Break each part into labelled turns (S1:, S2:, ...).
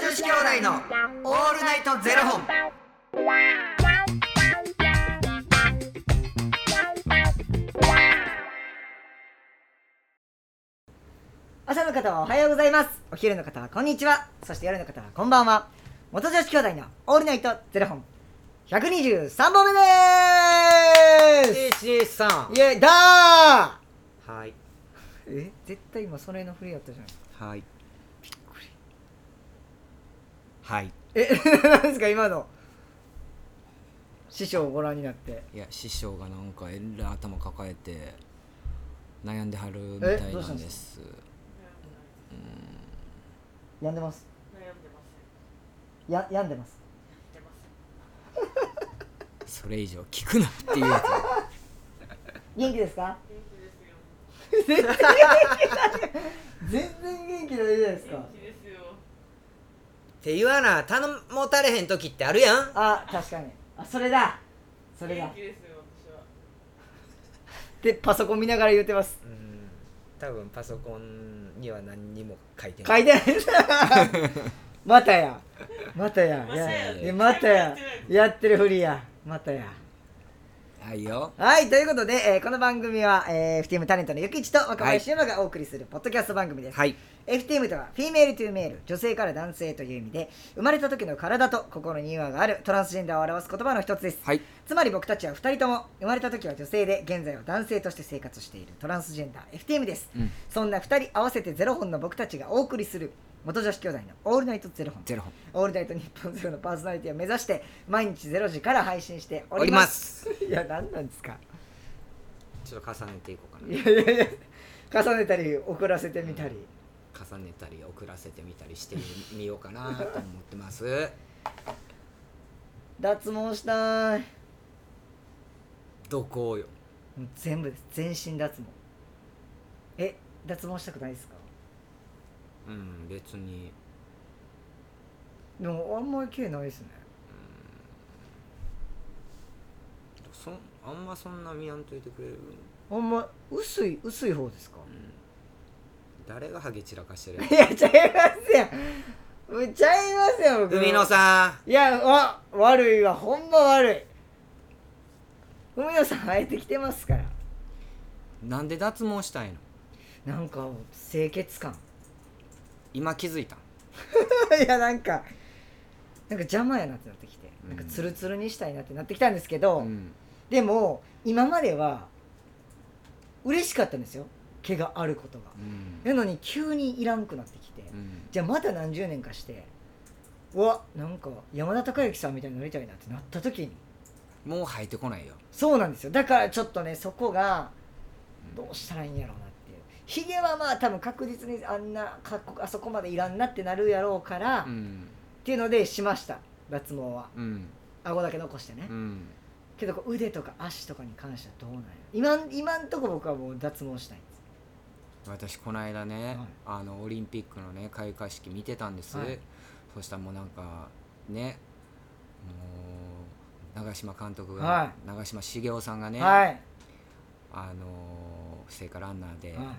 S1: 子兄弟のオールナイトゼロ本。
S2: 朝の方はおはようございますお昼の方はこんにちはそして夜の方はこんばんは元女子兄弟のオールナイトゼロ本123本目で
S1: 一三
S2: す。イエイだ
S1: はい。
S2: ーえ絶対今それのフレやったじゃない
S1: はい。はい。
S2: ですかえ 何ですか今の師匠をご覧になって
S1: いや、師匠がなんか、えらい頭抱えて。悩んではるみ
S2: え
S1: たい
S2: どうし
S1: な
S2: た
S1: ん
S2: んで
S1: です。
S2: 病んでますや病んでます
S1: それ以上聞くなっ ていうや
S2: 元気ですか 全然元気ないじゃないですか
S3: って言わな頼もたれへん時ってあるやん
S2: あ確かにあそれだそれだでパソコン見ながら言ってます
S3: うん多分パソコンには何にも書いて
S2: 書
S3: ない
S2: いてないまたやまたや
S4: またや
S2: いやまたややってるふりやまたや
S1: つ。はいよ。
S2: はいということで、えーこの番組は、えー、FTM タレントのゆきちと若林山がお送りするポッドキャスト番組です、
S1: はい。
S2: FTM とはフィメールトゥーメール女性から男性という意味で生まれた時の体と心に違和があるトランスジェンダーを表す言葉の一つです、
S1: はい。
S2: つまり僕たちは2人とも生まれた時は女性で現在は男性として生活しているトランスジェンダー FTM です、
S1: うん
S2: そんな2人合わせてゼロ本の僕たちがお送りする元女子兄弟のオールナイトゼロ本
S1: ゼロ本。
S2: オールナイト日本ゼロのパーソナリティを目指して毎日ゼロ時から配信してお
S1: おり
S2: りま
S1: ますす。
S2: いや何なんですか
S3: ちょっと重ねていこうか
S2: いやいやいや重ねたり遅らせてみたり
S3: な重ねたり遅らせてみたりしてみようかなと思って ます
S2: 脱毛したい
S3: どこよ
S2: もう全部です全身脱毛え脱毛したくないですか
S3: うん別に
S2: でもあんまり毛ないですね
S3: そんあんまそんな見やんといてくれる
S2: あんま薄い薄い方ですか
S3: 誰がハゲ散らかしてる
S2: いや、ちゃいますよ。もうちゃいますよ、僕。
S3: 海野さ
S2: ん。いや、わ、悪いわ、ほんま悪い。海野さん、生えてきてますから。
S3: んなんで脱毛したいの
S2: なんか、清潔感。
S3: 今気づいたん
S2: いや、なんか、なんか邪魔やなってなってきて、なんかツルツルにしたいなってなってきたんですけど、
S1: うん。
S2: でも、今までは、嬉しかったんですよ。毛があることが
S1: う。ん。
S2: なのに、急にいらんくなってきて。
S1: うん。
S2: じゃあまた何十年かしてうわなんか山田孝之さんみたいになりたいなってなった時に
S1: もう生えてこないよ。
S2: そうなんですよだからちょっとねそこがどうしたらいいんやろうなっていうひげはまあ多分確実にあんなかっこあそこまでいらんなってなるやろうから、
S1: う
S2: っ
S1: ん。
S2: ていうのでしました脱毛は
S1: うん。
S2: 顎だけ残してね、
S1: うん。
S2: けどこう腕とか足とかに関してはどうなんや今ん今んとこ僕はもう脱毛したいんです
S1: 私この間ね、
S2: はい
S1: あのオリンピックのね開会式見てたんです、
S2: はい
S1: そしたらもうなんかねもう長嶋監督が、
S2: は
S1: 長嶋茂雄さんがね、
S2: はい、
S1: あのー聖火ランナーで、
S2: は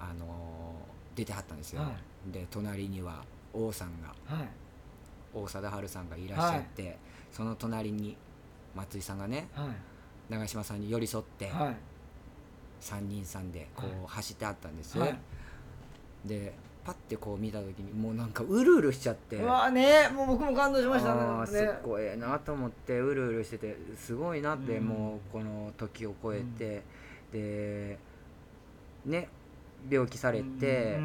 S1: あのー出てはったんですよ、
S2: は
S1: で隣には王さんが
S2: いはい
S1: 王貞治さんがいらっしゃって、その隣に松井さんがね
S2: は
S1: 長嶋さんに寄り添って、
S2: いはい
S1: 3人さんでこ
S2: は
S1: う走ってはったんですよ、
S2: はい
S1: でパッてこう見た時にもうなんかうるうるしちゃって
S2: うわねもう僕も感動しましたね
S1: あーす
S2: ね
S1: っごいなと思ってうるうるしててすごいなって、
S2: うん
S1: もうこの時を超えて、でね病気されて、
S2: うんうんう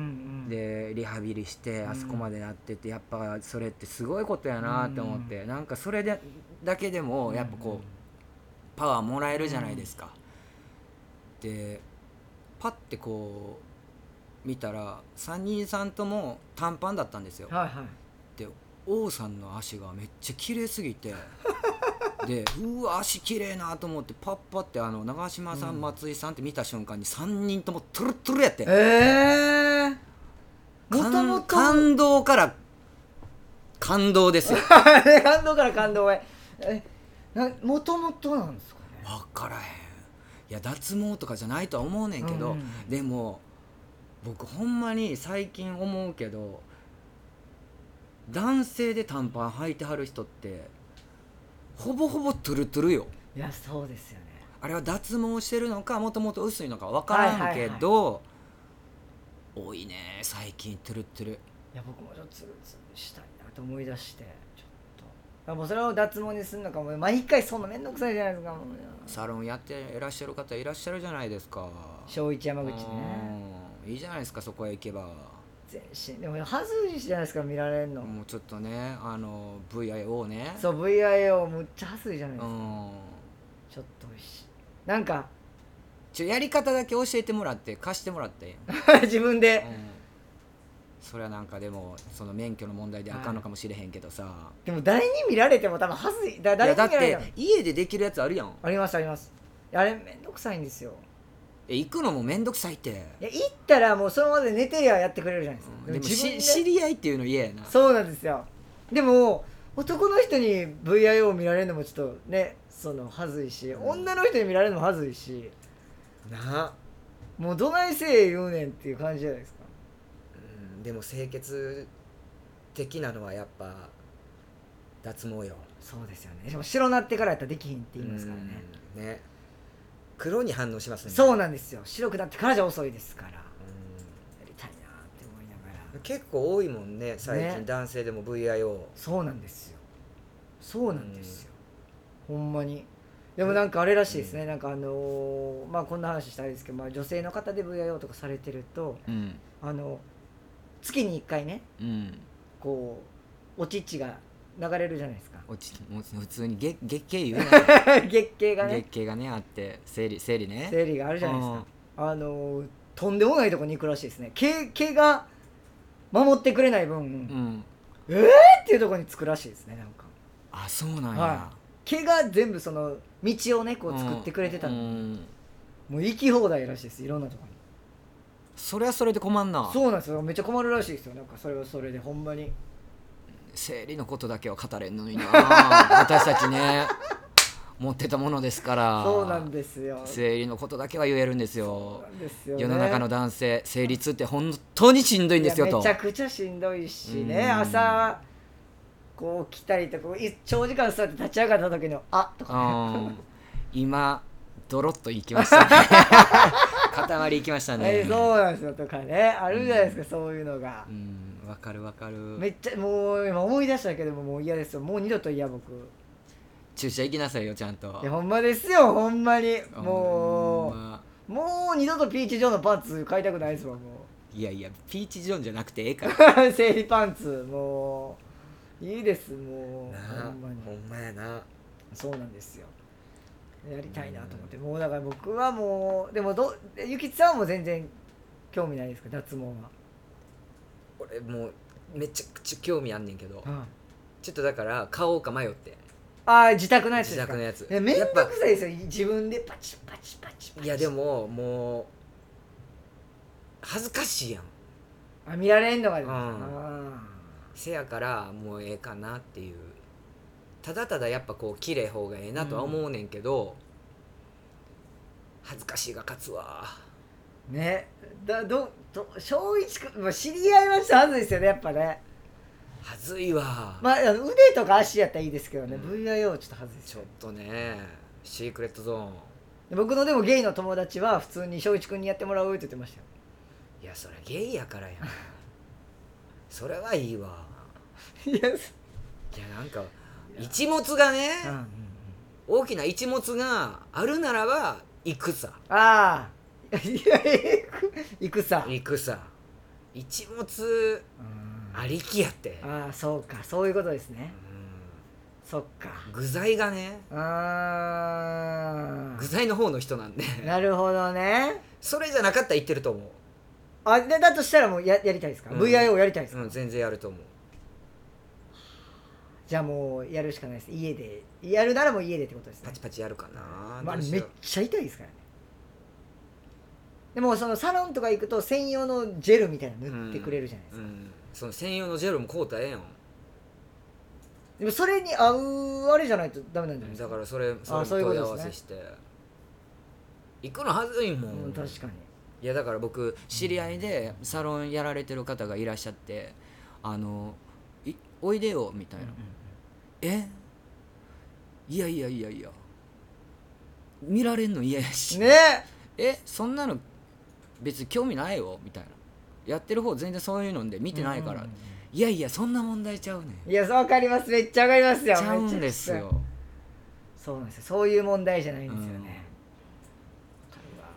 S2: ん
S1: でリハビリして
S2: うん
S1: あそこまでなっててやっぱそれってすごいことやなって思って、なんかそれでだけでもやっぱこう、パワーもらえるじゃないですか、でパッてこう見たら3人さんとも短パンだったんですよ、
S2: はいはい
S1: で王さんの足がめっちゃ綺麗す ぎてでうわ足綺麗なと思ってパッパってあの長嶋さん、
S2: うん
S1: 松井さんって見た瞬間に3人ともトゥルットゥルやって
S2: ええもとも
S1: 感
S2: と
S1: 感動から感動ですよ
S2: 感動から感動へえもともとなんですかね
S1: 分からへんいや脱毛とかじゃないとは思うねんけど、
S2: うん
S1: でも僕ほんまに最近思うけど男性で短パン履いてはる人ってほぼほぼトゥルトゥルよ
S2: いやそうですよね
S1: あれは脱毛してるのかもともと薄いのか分からんけど、多いね最近トゥルトゥル
S2: いや僕もちょっとツルツルしたいなと思い出してちょっとあもうそれを脱毛にするのかもう毎回そんな面倒くさいじゃないですかもう
S1: サロンやっていらっしゃる方いらっしゃるじゃないですか
S2: 小一山口ね
S1: うんいいじゃないですかそこへ行けば
S2: 全身でも恥ずいじゃないですか見られるの、
S1: もうちょっとねあの VIO ね
S2: そう VIO むっちゃ恥ずいじゃないですか、
S1: ん
S2: ちょっと美味しいなんか
S1: ちょやり方だけ教えてもらって貸してもらって、
S2: 自分で
S1: うん、それはなんかでもその免許の問題であかんのかもしれへんけどさ、
S2: でも誰に見られても多分恥ずいだ
S1: い
S2: 誰に見
S1: やだっ
S2: られて
S1: て
S2: も
S1: 家でできるやつあるやん
S2: ありますありますいやあれめんどくさいんですよ
S1: え行くのもめんどくさいって
S2: いや行ったらもうそのままで寝てりゃやってくれるじゃないですか、
S1: でも
S2: 自分
S1: し
S2: で
S1: 知り合いっていうの嫌やな
S2: そうなんですよでも男の人に VIO を見られるのもちょっとねその恥ずいし、
S1: ん
S2: 女の人に見られるのも恥ずいし
S3: な、
S2: もうどないせえ言うねんっていう感じじゃないですか
S3: うん、でも清潔的なのはやっぱ脱毛よ
S2: そうですよねでも白なってからやったらできひんって言いますからね、
S3: うんね黒に反応しますね
S2: そうなんですよ白くなってからじゃ遅いですからや
S3: う
S2: りたいなって思いながら
S3: ん結構多いもんね最
S2: ね
S3: 近男性でも VIO、
S2: そうなんですよそうなんですよ、ほんまにでもなんかあれらしいですね、なんかあのーまあこんな話したいですけど、まあ、女性の方で VIO とかされてると
S1: うん
S2: あの月に1回ね
S1: うん
S2: こうお乳が流れるじゃないですか
S1: おちもう普通に月月経言うな
S2: 月経がね
S1: 月経がねあって生理生理ね
S2: 生理があるじゃないですかあのとんでもないとこに行くらしいですね毛毛が守ってくれない分、
S1: う
S2: えー
S1: ん
S2: っていうとこに着くらしいですねなんか
S1: あそうなんや、
S2: は毛が全部その道をねこう作ってくれてた
S1: う
S2: の、
S1: ん
S2: もう行き放題らしいですいろんなとこに
S1: それはそれで困んな
S2: そうなんですよめっちゃ困るらしいですよなんかそれはそれでほんまに
S1: 生理のことだけは語れんのにな私たちね持ってたものですから
S2: そうなんですよそう
S1: 生理のことだけは言えるんですよ
S2: なんですよ、ね、
S1: 世の中の男性生理痛って本当にしんどいんですよ
S2: いや
S1: と
S2: めちゃくちゃしんどいしね
S1: うん
S2: 朝こう来たりとかい長時間座って立ち上がった時の「あとか
S1: うん今ドロッといき ましたね塊いきました
S2: ね、え
S1: ね
S2: そうなんですよ」とかねあるじゃないですか、そういうのが
S1: う、んわかるわか
S2: め
S1: る
S2: っちゃもう今思い出したけどももう嫌ですよもう二度と嫌僕
S1: 注射行きなさいよちゃんと
S2: いやほんまですよほんまに
S1: ほ
S2: も
S1: んま
S2: うもう二度とピーチ状のパンツ買いたくないですわも
S1: いやいやピーチジョンじゃなくてええから
S2: う 生理パンツもういいですもう
S3: な
S2: ほんまに
S3: ほんまやな
S2: そうなんですよやりたいなと思って、もうだから僕はもうでもどゆきつさんはもう全然興味ないですか脱毛は、
S3: 俺もうめちゃくちゃ興味あんねんけど
S2: あ
S3: ちょっとだから買おうか迷って
S2: あ自宅のやつ
S3: 自
S2: ですか
S3: 宅のやつ
S2: いやめんどくさいですよ自分でパチパチパチパチ
S3: いやでももう恥ずかしいやん
S2: あ見られんのがです
S3: うん
S2: あ
S3: せやからもうええかなっていうただただやっぱこう綺麗方がええなとは思うねんけど、恥ずかしいが勝つわ
S2: ーねだどど小一くんまあ知り合いはしたはずですよねやっぱね
S3: 恥ずいわ、
S2: まああの腕とか足やったらいいですけどね、
S3: うん
S2: VIO ちょっとはずです
S3: ち
S2: よ
S3: ょっとねシークレットゾーン
S2: で僕のでもゲイの友達は普通に小一くんにやってもらうって言ってましたよ
S3: いやそれゲイやからやんそれはいいわ
S2: いや
S3: い
S2: そ
S3: やなんか一物がね、
S2: うんうん
S3: 大きな一物があるならば行くさ
S2: ああいや行く 行くさ、
S3: 行くさ一物ありきやって
S2: ああそうかそういうことですね
S3: う
S2: そっか
S3: ん具材がね
S2: あ
S3: 具材の方の人なんで
S2: あなるほどね
S3: それじゃなかったら言ってると思
S2: あでだとしたらもうややりたいですか、
S3: うん
S2: VIO やりたいです
S3: う、
S2: か、
S3: うん、全然やると思う
S2: じゃあもうやるしかないです家でやるならもう家でってことですね
S3: パチパチやるかな、
S2: まあ、
S3: どうし
S2: め
S3: よ
S2: っ
S3: う
S2: ちゃ痛いですからねでもそのサロンとか行くと専用のジェルみたいなの塗ってくれるじゃないですか、
S3: うん、その専用のジェルも買うたらええや
S2: でもそれに合うあれじゃないとダメなんじゃない
S3: ん
S2: です
S3: だ
S2: か
S3: からそれそれも
S2: そういうこ
S3: 問い合
S2: と
S3: わ
S2: ですね
S3: せして、行くのはずいもん、
S2: うん、確かに
S1: いやだから僕知り合いでサロンやられてる方がいらっしゃってあのいいおいでよみたいな、
S2: う
S1: えいやいやいやいや見られんの嫌やし、
S2: んね
S1: えそんなの別に興味ないよみたいなやってる方全然そういうので見てないから、
S2: うん
S1: いやいやそんな問題ちゃうねん
S2: いやそうわかりますめっちゃわかりますよ
S1: ちゃうんです
S2: めっちゃ
S1: よ
S2: そうなんですよそういう問題じゃないんですよね、わかるわ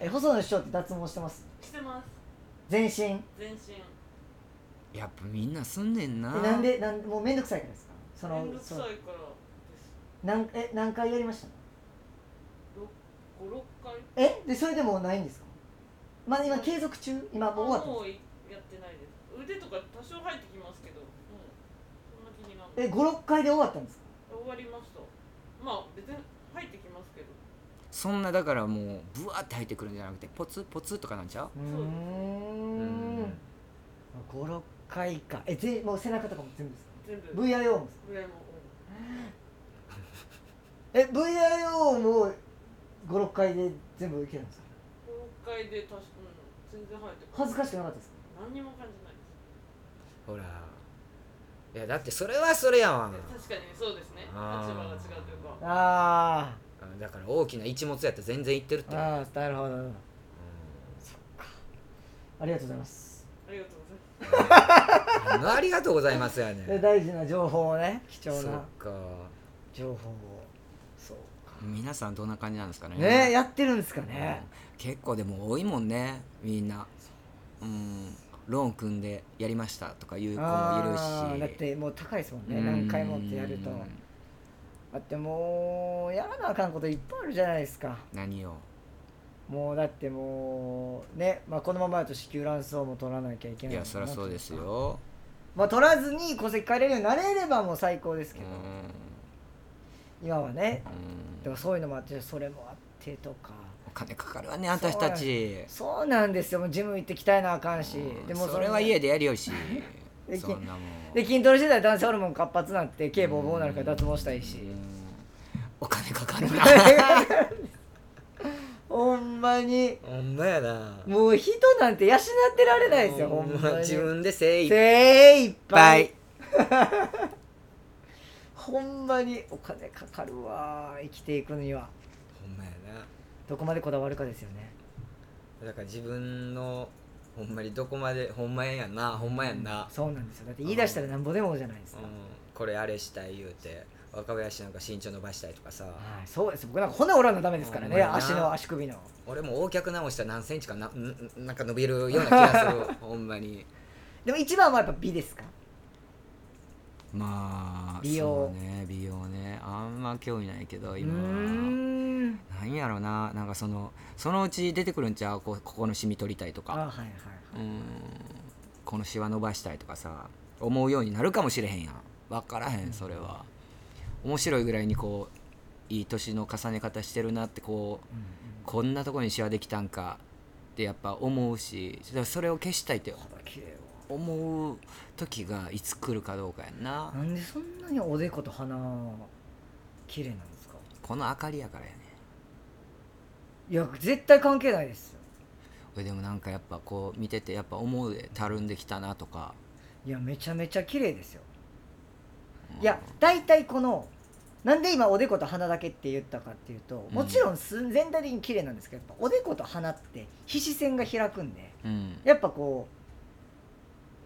S2: え細野師匠って脱毛してます
S4: してます
S2: 全身
S4: 全身
S1: やっぱみんなすんねんな
S2: えなんでなんもうめんどくさいからですかその
S4: めんどくさ
S2: そ
S4: い
S2: の
S4: からです
S2: なんえ何回やりました
S4: 56回
S2: えでそれでもうないんですかまあ今継続中今もう終わってま
S4: も
S2: す
S4: うやってないです腕とか多少入ってきますけどもうそんな気にならない
S2: え五56回で終わったんですか
S4: 終わりましたまあ別に入ってきますけど
S1: そんなだからもうブワーって入ってくるんじゃなくてポツポツとかなんちゃう
S2: うー
S4: そうです
S1: うん
S2: ん56回かえぜもう背中とかも全部ですか
S4: 全部
S2: VIO もですか
S4: これも
S2: え VIO も56回で全部いけるんですか
S4: 56回で多少、うん、全然入ってこない
S2: 恥ずかしくなかったですか
S4: 何にも感じないです
S3: ほらいやだってそれはそれやわ
S4: 確かにそうですね立
S3: あー
S4: 場が違うというか
S2: あ
S3: うんだから大きな一物やったら全然いってるって
S2: ーあーなるほどありがとうございます
S4: ありがとうございま
S3: うんありがとうございますや ね
S2: で大事な情報をね貴
S3: そ
S2: 重
S3: っ
S2: な
S3: か
S2: 情報をそうか
S1: 皆さんどんな感じなんですかね
S2: ねやってるんですかね
S1: うん結構でも多いもんねみんなうんローン組んでやりましたとかいう子もいる
S2: あー
S1: し
S2: だってもう高いですもん
S1: う
S2: ね
S1: ん
S2: 何回もってやるとだってもうやらなあかんこといっぱいあるじゃないですか
S1: 何を
S2: もうだってもうね、まあ、このままだと子宮卵巣も取らなきゃいけない
S1: いやそりゃそうですよ
S2: まあ取らずに戸籍変えれるようになれればもう最高です
S1: う
S2: けど、
S1: ん
S2: 今はね
S1: うん
S2: でもそういうのもあってそれもあってとか
S1: お金かかるわね私たち
S2: そうなんですよもうジム行って鍛えなあかんし、
S1: うん
S2: でも
S1: それは家でやりよし
S2: でき
S1: そんなもん
S2: で筋トレしてたら男性ホルモン活発になって頸ボーボーなるから脱毛したいし
S1: うんお金かかる な
S2: ほんまに
S3: ほんまやな
S2: もう人なんて養ってられないですよほんまに
S3: 自分で精一杯
S2: 精一
S3: ぱ
S2: 杯
S3: い
S2: ほんまにお金かかるわ生きていくには
S3: ほんまやな
S2: どこまでこだわるかですよね
S3: だから自分のほんまにどこまでほんまやんなほんまやんな、
S2: そうなんですよだって言い出したらなんぼでもじゃないです
S3: う
S2: か
S3: ん、これあれしたい言うて若林なんか身長伸ばしたいとかさ
S2: はい、そうです僕なんか骨折らんのダメですから
S3: ほん
S2: ね
S3: まやな
S2: 足の足首の
S3: 俺も横脚直したら何センチかななんなんか伸びるような気がす るほんまに
S2: でも一番はやっぱ美ですか
S1: まあ
S2: 美容
S1: そうね美容ねあんま興味ないけど
S2: う
S1: 今は
S2: ーん
S1: なんやろななんかそのそのうち出てくるんちゃうこうここのシミ取りたいと
S2: あ
S1: か
S2: はいはい
S1: うんこのシワ伸ばしたいとかさ思うようになるかもしれへんやん分からへんそれは面白いぐらいにこういい年の重ね方してるなってこうこんなとこにシワできたんかってやっぱ思うしだからそれを消したいって
S2: 肌綺麗よ
S1: 思う時がいつ来るかどうかやんな
S2: なんでそんなにおでこと鼻綺麗なんですか
S1: この明かりやからやね
S2: いや絶対関係ないですよ
S1: 俺でもなんかやっぱこう見ててやっぱ思うでたるんできたなとか
S2: いやめちゃめちゃ綺麗ですよ
S1: うん
S2: いや大体このなんで今おでこと鼻だけって言ったかっていうともちろんす全体的に綺麗なんですけどやっぱおでこと鼻って皮脂腺が開くんで
S1: うん
S2: やっぱこう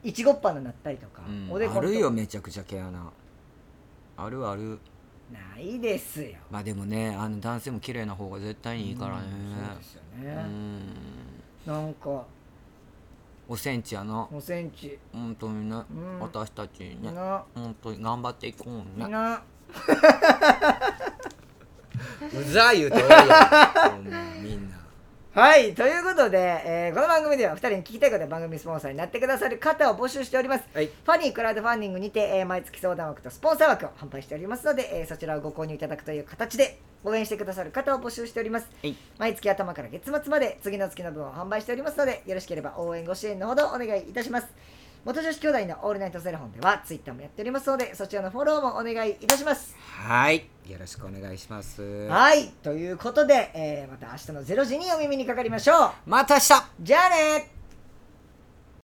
S2: いちごっぱなになったりとか、
S1: うん
S2: おでこの
S1: あ
S2: と
S1: るよめちゃくちゃ毛穴あるある
S2: ないですよ
S1: まあでもねあの男性も綺麗な方が絶対にいいからね
S2: うんそうですよ
S1: う
S2: ね
S1: ん、
S2: なんか
S1: おセンチやな
S2: 5センチ
S1: 本当にね、
S2: うん
S1: 私たちね
S2: な
S1: 本当に頑張っていこうね
S2: な
S3: うざい言う ておるやんほんまみんな
S2: はいということで、えーこの番組では2人に聞きたいことや番組スポンサーになってくださる方を募集しております
S3: はい
S2: ファニークラウドファンディングにて、えー毎月相談枠とスポンサー枠を販売しておりますので、えーそちらをご購入いただくという形で応援してくださる方を募集しております、
S1: はい
S2: 毎月頭から月末まで次の月の分を販売しておりますのでよろしければ応援ご支援のほどお願いいたします元女子兄弟のオールナイトゼロ本ではツイッターもやっておりますのでそちらのフォローもお願いいたします
S1: はいよろしくお願いします
S2: はいということで、えーまた明日の0時にお耳にかかりましょう
S1: また明日
S2: じゃあね